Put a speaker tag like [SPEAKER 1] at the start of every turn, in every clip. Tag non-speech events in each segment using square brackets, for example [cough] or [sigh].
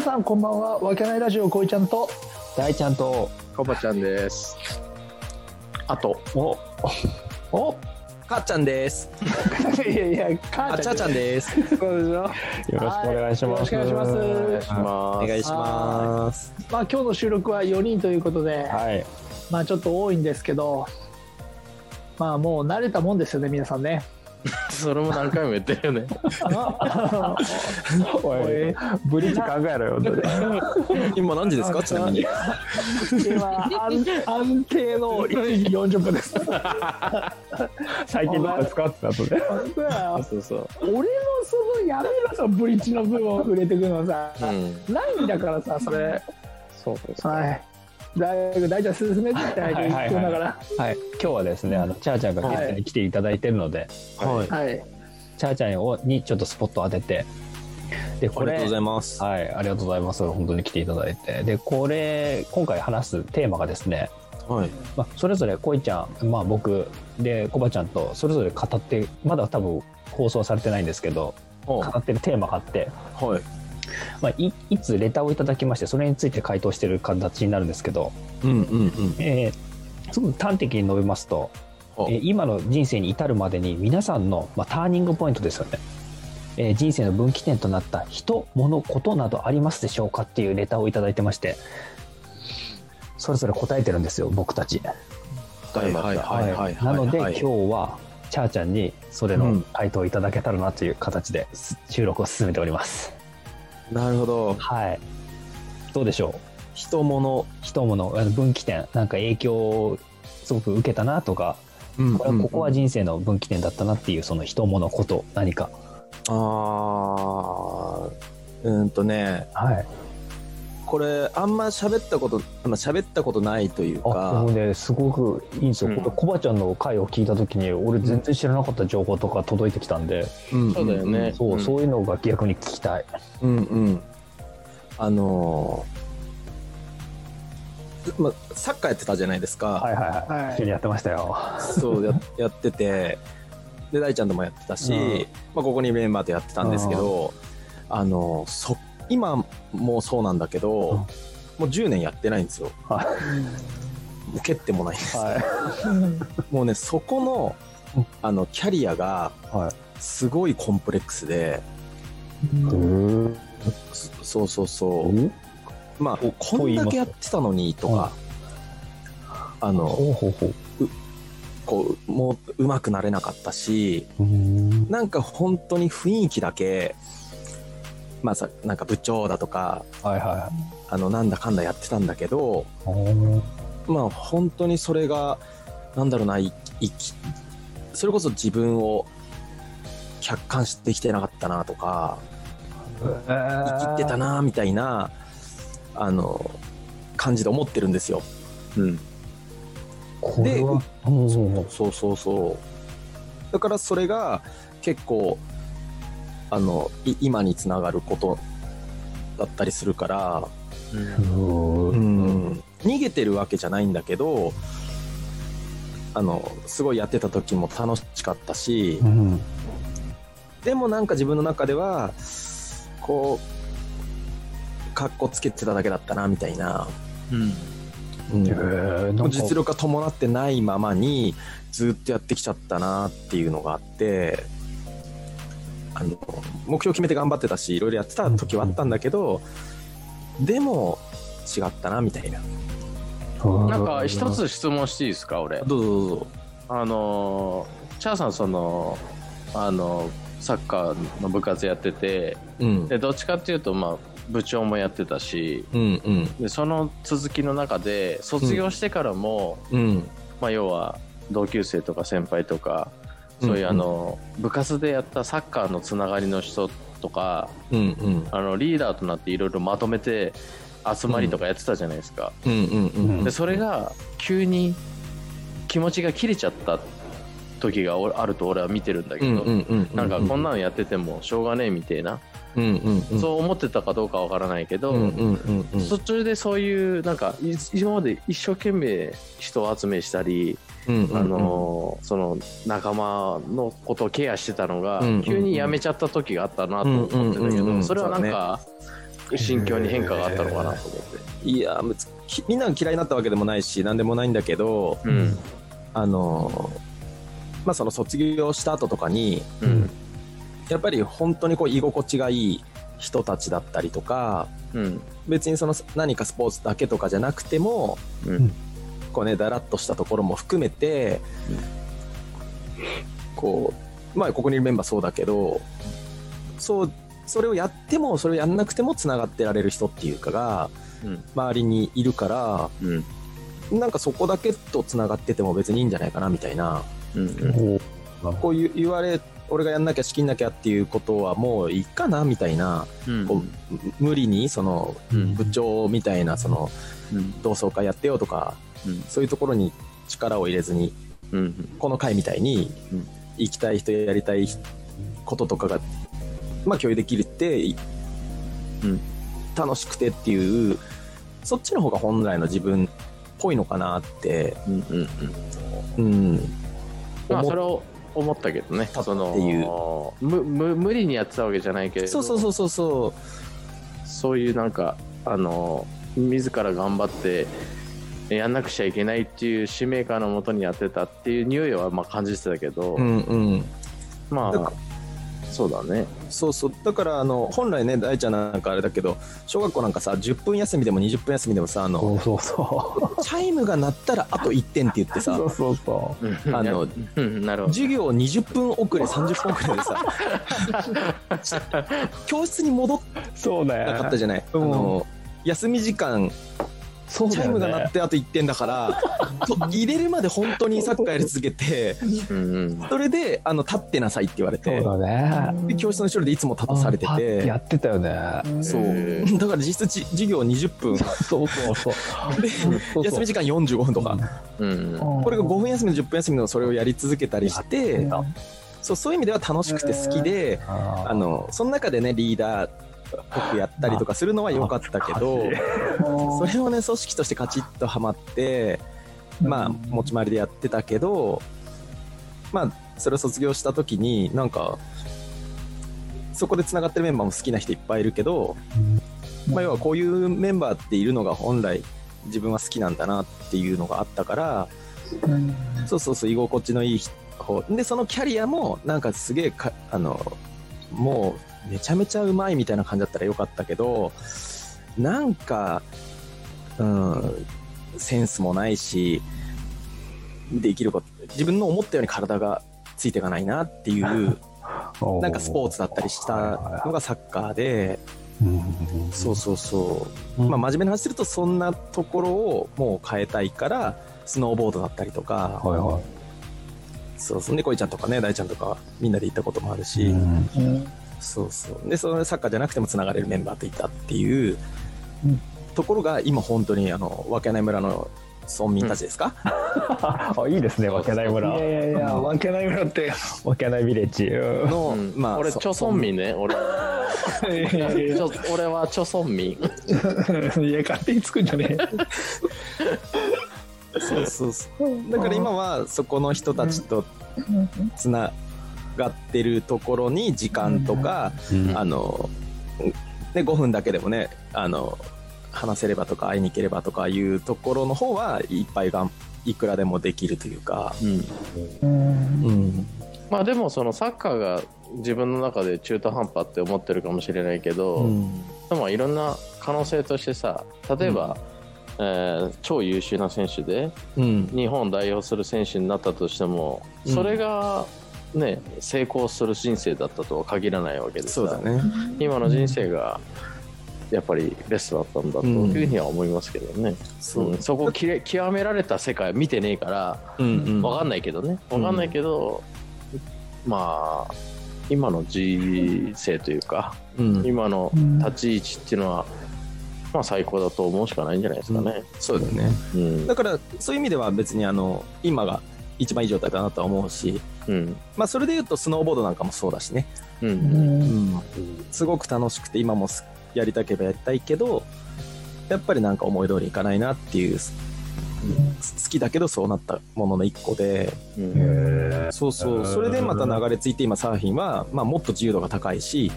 [SPEAKER 1] さんこんばんはわけないラジオこいちゃんと
[SPEAKER 2] 大ちゃんと
[SPEAKER 3] かばちゃんです。あと、
[SPEAKER 2] お
[SPEAKER 1] お
[SPEAKER 3] かっちゃんです。
[SPEAKER 1] [laughs] いやいや母
[SPEAKER 3] あちゃちゃんです。
[SPEAKER 1] そうでしょ
[SPEAKER 2] よろしくお願いします。
[SPEAKER 1] はいよろしくお願いし
[SPEAKER 2] は
[SPEAKER 3] ま
[SPEAKER 2] お願いします。
[SPEAKER 1] まあ今日の収録は4人ということで、
[SPEAKER 2] はい、
[SPEAKER 1] まあちょっと多いんですけどまあもう慣れたもんですよね皆さんね
[SPEAKER 3] す。それも何回も言ってるよね。
[SPEAKER 1] あ
[SPEAKER 2] おい、ブリッジ考えろよ。
[SPEAKER 3] 今何時ですかちなみに。
[SPEAKER 1] 今安安定の1時40分です
[SPEAKER 2] 最近なんか
[SPEAKER 1] [laughs]
[SPEAKER 2] 使ってた後で。
[SPEAKER 1] 本当だよ
[SPEAKER 3] そうそう。
[SPEAKER 1] 俺のそのやめろそのブリッジの部分を触れてくのさ、
[SPEAKER 3] うん。
[SPEAKER 1] ないんだからさそれ
[SPEAKER 2] そうですは
[SPEAKER 1] はい大学大ちゃん進めてって相手言ってんだから
[SPEAKER 2] い、今日はですね、あのチャーちゃんがゲストに来ていただいてるので、
[SPEAKER 3] はい。
[SPEAKER 1] はい
[SPEAKER 2] チャーちゃんをにちょっとスポット当てて。で、こ
[SPEAKER 3] ありが
[SPEAKER 2] れ
[SPEAKER 3] とうご。ざいます。
[SPEAKER 2] はい、ありがとうございます。本当に来ていただいて、で、これ、今回話すテーマがですね。
[SPEAKER 3] はい。
[SPEAKER 2] まあ、それぞれこいちゃん、まあ、僕でコバちゃんとそれぞれ語ってまだ多分放送されてないんですけど語ってるテーマがあって、
[SPEAKER 3] はい。
[SPEAKER 2] まあ、いいつレターをいただきましてそれについて回答してる形になるんですけど、
[SPEAKER 3] うんうんうん。
[SPEAKER 2] えーすごく端的に述べますと、
[SPEAKER 3] は
[SPEAKER 2] えー今の人生に至るまでに皆さんの、まあ、ターニングポイントですよね、えー人生の分岐点となった人物ことなどありますでしょうかっていうレターをいただいてましてそれぞれ答えてるんですよ僕たち。
[SPEAKER 3] はいはいはいはい。
[SPEAKER 2] なので今
[SPEAKER 3] はい
[SPEAKER 2] 日はチャーちゃんにそれの回答をいただけたらなという形です収録を進めております
[SPEAKER 3] なるほど。
[SPEAKER 2] はいどうでしょう
[SPEAKER 3] 人物。
[SPEAKER 2] 人物あの分岐点なんか影響をすごく受けたなとか
[SPEAKER 3] うん
[SPEAKER 2] これはここは人生の分岐点だったなっていうその人物こと何か
[SPEAKER 3] ああ。うーんとね、
[SPEAKER 2] はい
[SPEAKER 3] これ、あんま喋ったこと、あんま喋ったことないという
[SPEAKER 2] あ
[SPEAKER 3] か
[SPEAKER 2] でも、ねすごくいいんですよ、
[SPEAKER 3] うん
[SPEAKER 2] これコバちゃんの回を聞いた時に俺全然知らなかった情報とか届いてきたんで、
[SPEAKER 3] そうだよね
[SPEAKER 2] そう、
[SPEAKER 3] うん
[SPEAKER 2] そういうのが逆に聞きたい
[SPEAKER 3] うんうん。あのーま、サッカーやってたじゃないですか。
[SPEAKER 2] はいはいはい、
[SPEAKER 1] はい
[SPEAKER 2] 一緒にやってましたよ
[SPEAKER 3] そうや、 [laughs] やってて、で、大ちゃんともやってたし、
[SPEAKER 2] うん
[SPEAKER 3] まあ、ここにメンバーとやってたんですけど、あのーそ、今もそうなんだけど、
[SPEAKER 2] うん
[SPEAKER 3] もう10年やってないんですよ。
[SPEAKER 2] は
[SPEAKER 3] もう蹴ってもないんです。
[SPEAKER 2] はい
[SPEAKER 3] もうね、そこの
[SPEAKER 2] うん、
[SPEAKER 3] あの、キャリアが、
[SPEAKER 2] は
[SPEAKER 3] すごいコンプレックスで、
[SPEAKER 2] い
[SPEAKER 3] そそうそうそう。まあ、こんだけやってたのに、とか、あの、
[SPEAKER 2] ほうほうほう
[SPEAKER 3] こう、もう、うまくなれなかったし、
[SPEAKER 2] うーん
[SPEAKER 3] なんか本当に雰囲気だけ、まあさ、なんか部長だとか、
[SPEAKER 2] はいは
[SPEAKER 3] あの、なんだかんだやってたんだけど、
[SPEAKER 2] いはい
[SPEAKER 3] まあ本当にそれが、なんだろうな、い生き、それこそ自分を客観してきてなかったなとか、生きてたなみたいな、あの、感じで思ってるんですよ。うん。
[SPEAKER 2] これはうんうんうん
[SPEAKER 3] そうそうそうだからそれが結構あのい今につながることだったりするから、
[SPEAKER 2] う
[SPEAKER 3] うんん、逃げてるわけじゃないんだけどあのすごいやってた時も楽しかったし
[SPEAKER 2] うん
[SPEAKER 3] でもなんか自分の中ではこうかっこつけてただけだったなみたいな、うん
[SPEAKER 2] へーなんか
[SPEAKER 3] 実力が伴ってないままにずっとやってきちゃったなっていうのがあってあの目標決めて頑張ってたしいろいろやってた時はあったんだけど、でも違ったなみたいな
[SPEAKER 2] う
[SPEAKER 4] なんか一つ質問していいですか俺
[SPEAKER 3] どうぞどうぞ
[SPEAKER 4] あのーチャーさんそのあのサッカーの部活やってて
[SPEAKER 3] うん
[SPEAKER 4] でどっちかっていうとまあ部長もやってたし
[SPEAKER 3] うんうん
[SPEAKER 4] でその続きの中で卒業してからも、
[SPEAKER 3] うん
[SPEAKER 4] まあ、要は同級生とか先輩とか
[SPEAKER 3] うん
[SPEAKER 4] そういうあの、部活でやったサッカーのつながりの人とか
[SPEAKER 3] うんうん
[SPEAKER 4] あのリーダーとなっていろいろまとめて集まりとかやってたじゃないですか、
[SPEAKER 3] うんうんうん
[SPEAKER 2] うん
[SPEAKER 4] でそれが急に気持ちが切れちゃった時がおあると俺は見てるんだけ
[SPEAKER 3] う
[SPEAKER 4] ど、
[SPEAKER 3] んうんうん
[SPEAKER 4] なんかこんなのやっててもしょうがねえみたいな、
[SPEAKER 3] うんうんうん
[SPEAKER 4] そう思ってたかどうかわからないけど、
[SPEAKER 3] うんうんうんうん
[SPEAKER 4] 途中でそういうなんかい今まで一生懸命人を集めしたり、
[SPEAKER 3] うんうん
[SPEAKER 4] あのーその仲間のことをケアしてたのが
[SPEAKER 3] うん
[SPEAKER 4] 急にやめちゃった時があったなと思ってた
[SPEAKER 3] うん
[SPEAKER 4] け
[SPEAKER 3] うんうんうん
[SPEAKER 4] どそれはなん
[SPEAKER 3] そう
[SPEAKER 4] か心境に変化があったのかなと思って。
[SPEAKER 3] いやむつきみんなが嫌いになったわけでもないし何でもないんだけど
[SPEAKER 4] うん。
[SPEAKER 3] あのまあその卒業した後とかに
[SPEAKER 4] うん。
[SPEAKER 3] やっぱり本当にこう居心地がいい人たちだったりとか
[SPEAKER 4] うん。
[SPEAKER 3] 別にその何かスポーツだけとかじゃなくても
[SPEAKER 4] うん。
[SPEAKER 3] こうねだらっとしたところも含めてこうまあここにいるメンバーそうだけどそうそれをやってもそれをやんなくてもつながってられる人っていうかが
[SPEAKER 4] うん。
[SPEAKER 3] 周りにいるから
[SPEAKER 4] うん。
[SPEAKER 3] なんかそこだけとつながってても別にいいんじゃないかなみたいな
[SPEAKER 4] うん。
[SPEAKER 2] おー
[SPEAKER 3] こういう言われ俺がやんなきゃ仕切んなきゃっていうことはもういいかなみたいな
[SPEAKER 4] うん。
[SPEAKER 3] こう無理にその
[SPEAKER 2] うん
[SPEAKER 3] 部長みたいなその
[SPEAKER 4] うん。
[SPEAKER 3] 同窓会やってよとか
[SPEAKER 4] うん。
[SPEAKER 3] そういうところに力を入れずに
[SPEAKER 4] うん。
[SPEAKER 3] この会みたいに
[SPEAKER 4] うん
[SPEAKER 3] 行きたい人やりたいこととかが、まあ、共有できるって、い
[SPEAKER 4] うん
[SPEAKER 3] 楽しくてっていうそっちの方が本来の自分っぽいのかなって、
[SPEAKER 4] うん。うん。
[SPEAKER 3] うん、
[SPEAKER 4] まあ、
[SPEAKER 3] 思っ
[SPEAKER 4] それを思ったけどね、
[SPEAKER 3] たって
[SPEAKER 4] そ
[SPEAKER 3] いう
[SPEAKER 4] のむむ無理にやってたわけじゃないけれど、
[SPEAKER 3] そうそうそうそうそ
[SPEAKER 4] そういうなんか、あの自ら頑張ってやんなくちゃいけないっていう使命感のもとにやってたっていう匂いはまあ感じてたけど、
[SPEAKER 3] う、うんうん、
[SPEAKER 4] ま
[SPEAKER 3] だか
[SPEAKER 4] あ、そうだね。
[SPEAKER 3] そうそうだからあの本来ね大ちゃんなんかあれだけど小学校なんかさ10分休みでも20分休みでもさあの
[SPEAKER 2] そうそうそ
[SPEAKER 3] チャイムが鳴ったらあと1点って言って
[SPEAKER 2] う。
[SPEAKER 3] さ
[SPEAKER 2] そうそうそ
[SPEAKER 3] あの
[SPEAKER 4] うん [laughs] なるほど。
[SPEAKER 3] 授業20分遅れ30分遅れで
[SPEAKER 2] [laughs]
[SPEAKER 3] さ教室に戻っ
[SPEAKER 2] う。そうだよ。
[SPEAKER 3] なかったじゃない、
[SPEAKER 2] うん
[SPEAKER 3] あの休み時間
[SPEAKER 2] そう
[SPEAKER 3] チ
[SPEAKER 2] だ
[SPEAKER 3] ャ
[SPEAKER 2] よ、
[SPEAKER 3] イム
[SPEAKER 2] ね。
[SPEAKER 3] が鳴ってあと1点だ
[SPEAKER 2] [laughs]
[SPEAKER 3] からと入れるまで本当にサッカーやり続けて
[SPEAKER 4] うんうん
[SPEAKER 3] それであの立ってなさいって言われて
[SPEAKER 2] そうだね。
[SPEAKER 3] で教室の後ろでいつも立たされて
[SPEAKER 2] あ
[SPEAKER 3] て
[SPEAKER 2] やってたよね。
[SPEAKER 3] そう
[SPEAKER 4] へ
[SPEAKER 3] だから実質じ授業20分
[SPEAKER 2] そうそうそう。
[SPEAKER 3] で
[SPEAKER 2] そう
[SPEAKER 3] 休み時間45分とか、
[SPEAKER 4] うん
[SPEAKER 3] これが5分休みの10分休みのそれをやり続けたりしてそうそういう意味では楽しくて好きで
[SPEAKER 2] あ
[SPEAKER 3] あのその中でねリーダーっぽくやったりとかするのは良かったけど。それをね組織としてカチッとはまってまあ持ち回りでやってたけどまあそれを卒業した時になんかそこでつながってるメンバーも好きな人いっぱいいるけど、まあ、要はこういうメンバーっているのが本来自分は好きなんだなっていうのがあったからそうそうそう居心地のいい方でそのキャリアもなんかすげえかあのもうめちゃめちゃうまいみたいな感じだったらよかったけどなんか、うん、センスもないしできること自分の思ったように体がついていかないなっていう
[SPEAKER 2] [laughs]
[SPEAKER 3] なんかスポーツだったりしたのがサッカーでそうそうそう、
[SPEAKER 2] うん
[SPEAKER 3] まあ、真面目な話するとそんなところをもう変えたいからスノーボードだったりとか。
[SPEAKER 2] はいは
[SPEAKER 3] そうそう、猫井ちゃんとかね、大ちゃんとか、みんなで行ったこともある
[SPEAKER 2] い。
[SPEAKER 3] し、そうそう。で、そのサッカーじゃなくてもつながれるメンバーといたっていう、
[SPEAKER 1] うん
[SPEAKER 3] ところが、今本当に、あの、わけない村の村民たちですか、
[SPEAKER 2] あいいですね。わけない
[SPEAKER 1] いや
[SPEAKER 2] 村。
[SPEAKER 1] いやいやわけないぐらいって
[SPEAKER 2] わけないビレッジ。うん
[SPEAKER 3] の、
[SPEAKER 4] うん
[SPEAKER 3] まあ、
[SPEAKER 4] 俺、
[SPEAKER 3] そ
[SPEAKER 4] チョソンミンね、俺。
[SPEAKER 3] [laughs]
[SPEAKER 4] ちょ俺はチョソンミン。
[SPEAKER 1] いや勝手につくんじゃね
[SPEAKER 3] そうそうそ
[SPEAKER 1] え
[SPEAKER 3] う。だから今は、そこの人たちとつながってるところに、時間とか、あの、ね、5分だけでもね、あの、話せればとか会いに行ければとかいうところの方はいっぱいがんいくらでもできるというか、うん、
[SPEAKER 4] まあでもそのサッカーが自分の中で中途半端って思ってるかもしれないけど、
[SPEAKER 3] うん
[SPEAKER 4] でもいろんな可能性としてさ例えば、えー超優秀な選手で
[SPEAKER 3] うん
[SPEAKER 4] 日本を代表する選手になったとしても
[SPEAKER 3] うん
[SPEAKER 4] それが、ね成功する人生だったとは限らないわけでさ
[SPEAKER 3] そうだね
[SPEAKER 4] 今の人生がやっぱりベストだったんだというふうには思いますけどね、
[SPEAKER 3] そ
[SPEAKER 4] うんそこをきれ極められた世界見てねえから。
[SPEAKER 3] うんうん
[SPEAKER 4] わかんないけどね
[SPEAKER 3] う
[SPEAKER 4] わ
[SPEAKER 3] ん
[SPEAKER 4] かんないけど、まあ今の人生というか
[SPEAKER 3] うん
[SPEAKER 4] 今の立ち位置っていうのは、まあ最高だと思うしかないんじゃないですかね。
[SPEAKER 3] そうだね
[SPEAKER 4] うん
[SPEAKER 3] だからそういう意味では別にあの今が一番いい状態だなとは思うし
[SPEAKER 4] うん
[SPEAKER 3] まあそれで言うとスノーボードなんかもそうだしね、
[SPEAKER 4] うん
[SPEAKER 3] すごく楽しくて今もすやりたければやりたいけどやっぱりなんか思い通りいかないなっていう、す好きだけどそうなったものの一個で
[SPEAKER 4] うん
[SPEAKER 3] そうそうそれでまた流れ着いて今サーフィンは、まあ、もっと自由度が高いし、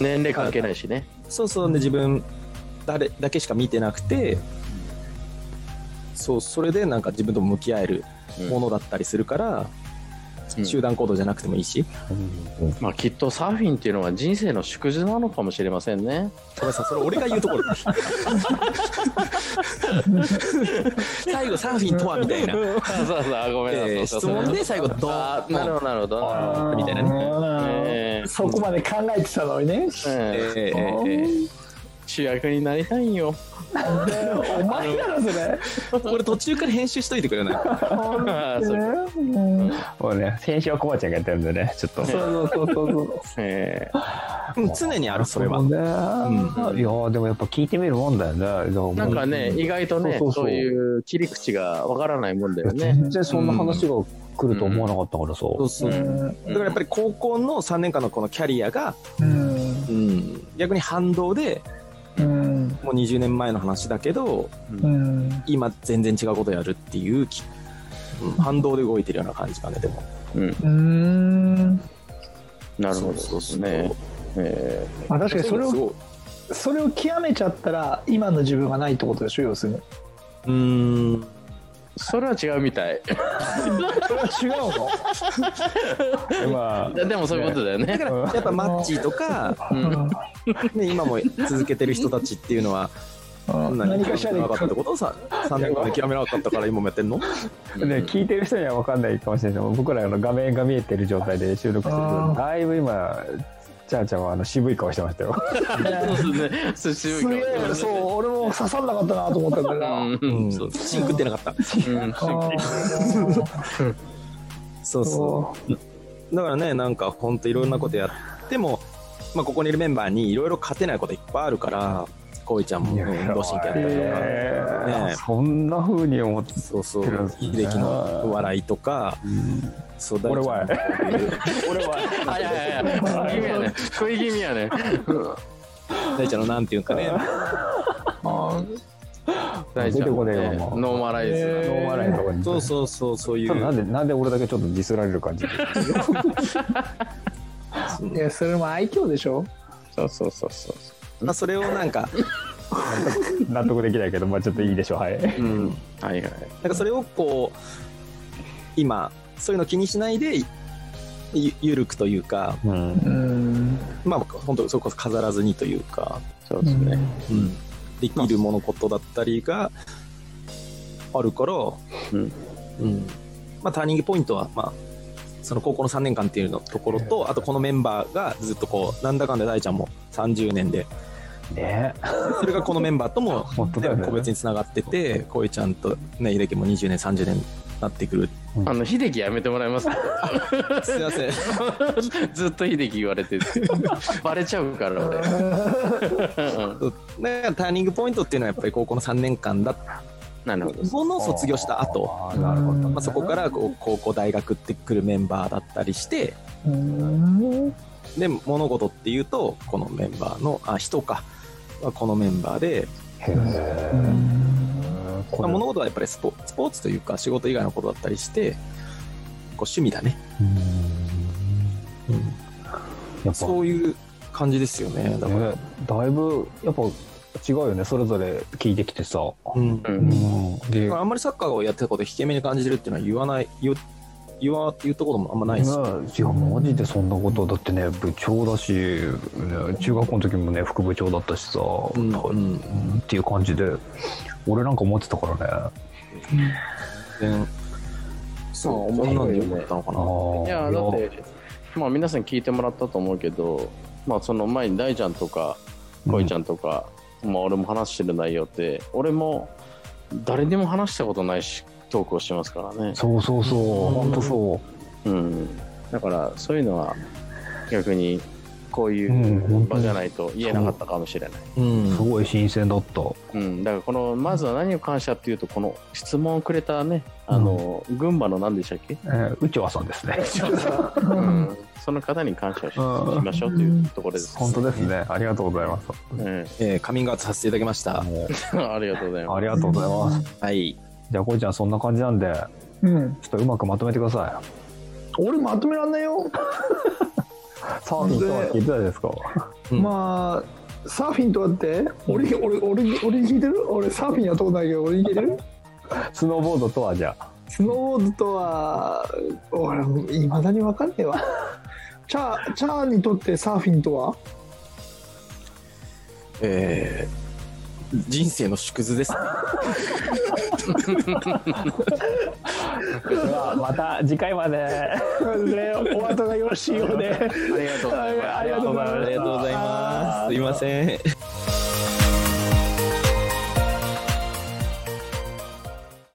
[SPEAKER 4] 年齢関係ないしね
[SPEAKER 3] そうそうで自分誰だけしか見てなくてそうそれでなんか自分と向き合えるものだったりするから、
[SPEAKER 4] うん
[SPEAKER 3] 集団行動じゃなくてもいいし、
[SPEAKER 2] うん
[SPEAKER 4] まあきっとサーフィンっていうのは人生の縮図なのかもしれませんね
[SPEAKER 3] ごめんなさいそれ俺が言うところ最後サーフィンとはみたいな、
[SPEAKER 4] そうそうあごめんなさい、
[SPEAKER 3] えー
[SPEAKER 4] そう
[SPEAKER 3] 質
[SPEAKER 4] そう
[SPEAKER 3] 問で最後ド
[SPEAKER 4] あ
[SPEAKER 3] ーン
[SPEAKER 4] なるほどなるほど
[SPEAKER 1] あー
[SPEAKER 3] みたいな
[SPEAKER 4] えー
[SPEAKER 1] そこまで考えてたのにね。
[SPEAKER 4] えー
[SPEAKER 3] えーえ
[SPEAKER 4] 主役になりたいんよ
[SPEAKER 1] お前だろそれ。
[SPEAKER 3] ーこれ途中から編集しといてくれない
[SPEAKER 1] 本
[SPEAKER 4] あー
[SPEAKER 1] 当
[SPEAKER 4] そうか
[SPEAKER 1] にねうん
[SPEAKER 2] これね先週はコバちゃんがやったんでねちょっと
[SPEAKER 1] そうそうそうそう。
[SPEAKER 4] え
[SPEAKER 3] うん常にあるそれは
[SPEAKER 1] うね
[SPEAKER 2] いやーでもやっぱ聞いてみるもんだよね
[SPEAKER 4] ーなんかね意外とね
[SPEAKER 2] そ
[SPEAKER 4] そうう
[SPEAKER 2] そうそう
[SPEAKER 4] いう切り口がわからないもんだよね
[SPEAKER 2] 全然そんな話が来ると思わなかったからさ、
[SPEAKER 3] そうそう
[SPEAKER 1] うん
[SPEAKER 3] だからやっぱり高校の3年間のこのキャリアが
[SPEAKER 1] うん
[SPEAKER 4] うん
[SPEAKER 3] 逆に反動で
[SPEAKER 1] うん
[SPEAKER 3] もう20年前の話だけど
[SPEAKER 1] うん
[SPEAKER 3] 今全然違うことやるっていうきうん反動で動いてるような感じかねでも
[SPEAKER 1] うん
[SPEAKER 4] なるほど
[SPEAKER 3] そうそうそう
[SPEAKER 4] ねえ
[SPEAKER 1] まあ確かにそれ
[SPEAKER 3] す
[SPEAKER 1] を
[SPEAKER 3] ごい
[SPEAKER 1] それを極めちゃったら今の自分がないってことでしょ要するに
[SPEAKER 3] うーん
[SPEAKER 4] ーそれは違うみたい
[SPEAKER 1] それは違う
[SPEAKER 2] ま
[SPEAKER 4] でもそういうことだよね
[SPEAKER 3] だから
[SPEAKER 2] うん
[SPEAKER 3] やっぱマッチーとか、
[SPEAKER 4] うん
[SPEAKER 1] の、
[SPEAKER 3] ね、今も続けてる人たちっていうのは
[SPEAKER 1] うん
[SPEAKER 3] 何
[SPEAKER 1] 何
[SPEAKER 3] に
[SPEAKER 1] かしらで
[SPEAKER 3] なかったってことをさ3年間で極めなかったから今もやってんの
[SPEAKER 2] あね聞いてる人には分かんないかもしれないですけど僕らの画面が見えてる状態で収録してる
[SPEAKER 1] あ
[SPEAKER 2] と
[SPEAKER 1] ー
[SPEAKER 2] だいぶ今ちゃーちゃんはあの渋い顔してましたよ
[SPEAKER 4] そうですね。す
[SPEAKER 1] すげえそう俺も刺さんなかったなと思ったんだけどな
[SPEAKER 4] うん
[SPEAKER 3] うん
[SPEAKER 4] そう
[SPEAKER 3] シンクってなかった
[SPEAKER 4] うん
[SPEAKER 1] あ
[SPEAKER 3] そう
[SPEAKER 1] ー
[SPEAKER 3] そう
[SPEAKER 1] そ
[SPEAKER 3] だからねなんかほんといろんなことやっても、まあ、ここにいるメンバーにいろいろ勝てないこといっぱいあるからこういちゃんも
[SPEAKER 2] いや
[SPEAKER 3] 運動神経だったりとか、
[SPEAKER 2] えー
[SPEAKER 3] ね
[SPEAKER 2] そんな風に思って
[SPEAKER 3] そうそう
[SPEAKER 2] そうですね
[SPEAKER 3] 秀樹の笑いとかそう
[SPEAKER 2] 俺は
[SPEAKER 3] 大ちゃんのこういう
[SPEAKER 4] 俺は。あいやいやいや。食い気味やね。食い気味やね。
[SPEAKER 3] 大ちゃんのなんていうんかね
[SPEAKER 2] 出てこねえよ
[SPEAKER 4] 大ちゃん
[SPEAKER 2] も
[SPEAKER 4] も
[SPEAKER 2] う
[SPEAKER 4] ねノーマライズ
[SPEAKER 1] えー
[SPEAKER 4] な。
[SPEAKER 2] ノーマライとかに
[SPEAKER 3] そうそうそうそうい
[SPEAKER 2] ただな
[SPEAKER 3] うん
[SPEAKER 2] でなんで俺だけちょっとディスられる感じ
[SPEAKER 1] ういやそれも愛嬌でしょ
[SPEAKER 2] そうそうそうそう
[SPEAKER 3] まあそれをなんか
[SPEAKER 2] 納得できないけどまあちょっといいでしょうはい
[SPEAKER 4] うん。はいはい。
[SPEAKER 3] なんかそれをこう今そういうの気にしないでゆゆるくというか
[SPEAKER 2] うん
[SPEAKER 1] うん
[SPEAKER 3] まあ本当それこそ飾らずにというか、
[SPEAKER 4] そうですね。
[SPEAKER 3] うん、できるものことだったりがあるから、
[SPEAKER 4] ん
[SPEAKER 3] うんまあ、ターニングポイントは、まあ、その高校の3年間っていうのところとあとこのメンバーがずっとこうなんだかんだ大ちゃんも30年で
[SPEAKER 2] ね
[SPEAKER 3] それがこのメンバーとも、
[SPEAKER 2] 本当だよ
[SPEAKER 3] ね
[SPEAKER 2] ね
[SPEAKER 3] 個別につながっててこういうちゃんとね秀樹も20年30年になってくる
[SPEAKER 4] あの秀樹やめてもらえますか。[laughs]
[SPEAKER 3] [laughs] すいません
[SPEAKER 4] ずっと秀樹言われ [laughs] てる。バレちゃうから俺。うん
[SPEAKER 3] だからターニングポイントっていうのはやっぱり高校の3年間だ
[SPEAKER 4] なるほど。
[SPEAKER 3] もの卒業した後
[SPEAKER 2] あーなるほど
[SPEAKER 3] まあ、そこからこう高校大学ってくるメンバーだったりして
[SPEAKER 1] うん
[SPEAKER 3] で物事っていうとこのメンバーのあ人かまあこのメンバーで、
[SPEAKER 2] へえ
[SPEAKER 3] ま
[SPEAKER 2] こ
[SPEAKER 3] あ、
[SPEAKER 2] れ
[SPEAKER 3] 物事はやっぱりスポスポーツというか仕事以外のことだったりしてこう趣味だね
[SPEAKER 2] うんやっぱ
[SPEAKER 3] そういう感じですよねだから、
[SPEAKER 2] ねだいぶやっぱ違うよねそれぞれ聞いてきてさ、
[SPEAKER 3] うん
[SPEAKER 4] う。
[SPEAKER 2] うんん、で
[SPEAKER 3] まああんまりサッカーをやってたことを引け目に感じるっていうのは言わない言う言わ言うところもあんまないし、
[SPEAKER 2] ねいやマジでそんなことだってね部長だし、ね中学校の時もね副部長だったしさ、
[SPEAKER 3] うん
[SPEAKER 2] う
[SPEAKER 3] うん
[SPEAKER 2] んっていう感じで俺なんか思ってたからね
[SPEAKER 3] 全
[SPEAKER 4] そう
[SPEAKER 3] こんなんでよかったのかな
[SPEAKER 2] ああ
[SPEAKER 4] いやだってまあ皆さん聞いてもらったと思うけど、まあその前に大ちゃんとか恋ちゃんとか、まあ俺も話してる内容って俺も誰にも話したことないしトークをしてますからね、
[SPEAKER 2] そうそうそう本当そ
[SPEAKER 4] うん、だからそういうのは逆にこうい
[SPEAKER 2] うん
[SPEAKER 4] う場じゃないと言えなかったかもしれない、
[SPEAKER 3] うん
[SPEAKER 2] うすごい新鮮だった
[SPEAKER 4] うん、だからこのまずは何を感謝っていうとこの質問をくれたねあの、群馬の何でしたっけ、
[SPEAKER 2] えーうちわさんですね
[SPEAKER 4] うん、その方に感謝をし
[SPEAKER 2] うん
[SPEAKER 4] しましょうというところです、
[SPEAKER 2] 本当ですねありがとうございます
[SPEAKER 4] うん
[SPEAKER 3] えーカミングアウトさせていただきました
[SPEAKER 2] も
[SPEAKER 4] [laughs] ありがとうございう
[SPEAKER 2] あ
[SPEAKER 4] ま
[SPEAKER 2] りがとうございます
[SPEAKER 3] はい
[SPEAKER 2] じゃあこいちゃんそんな感じなんで
[SPEAKER 1] うん
[SPEAKER 2] ちょっとうまくまとめてください
[SPEAKER 1] 俺まとめらんないよ
[SPEAKER 2] サーフィンとは聞いてたじゃないですか
[SPEAKER 3] うん
[SPEAKER 1] まあサーフィンとあって俺俺俺に俺に聞いてる俺サーフィンやったことないけど俺に聞いてる
[SPEAKER 2] スノーボードとはじゃあ
[SPEAKER 1] スノーボードとは俺いまだに分かんねえわチャーチャーにとってサーフィンとは
[SPEAKER 3] えー人生の縮図 [laughs] ですね。
[SPEAKER 2] ではまた次回 [laughs] まで
[SPEAKER 1] ねお後がよろしいようで
[SPEAKER 4] ありがとうございます。
[SPEAKER 1] ありがとうございました
[SPEAKER 3] ありがとうございます。すいません。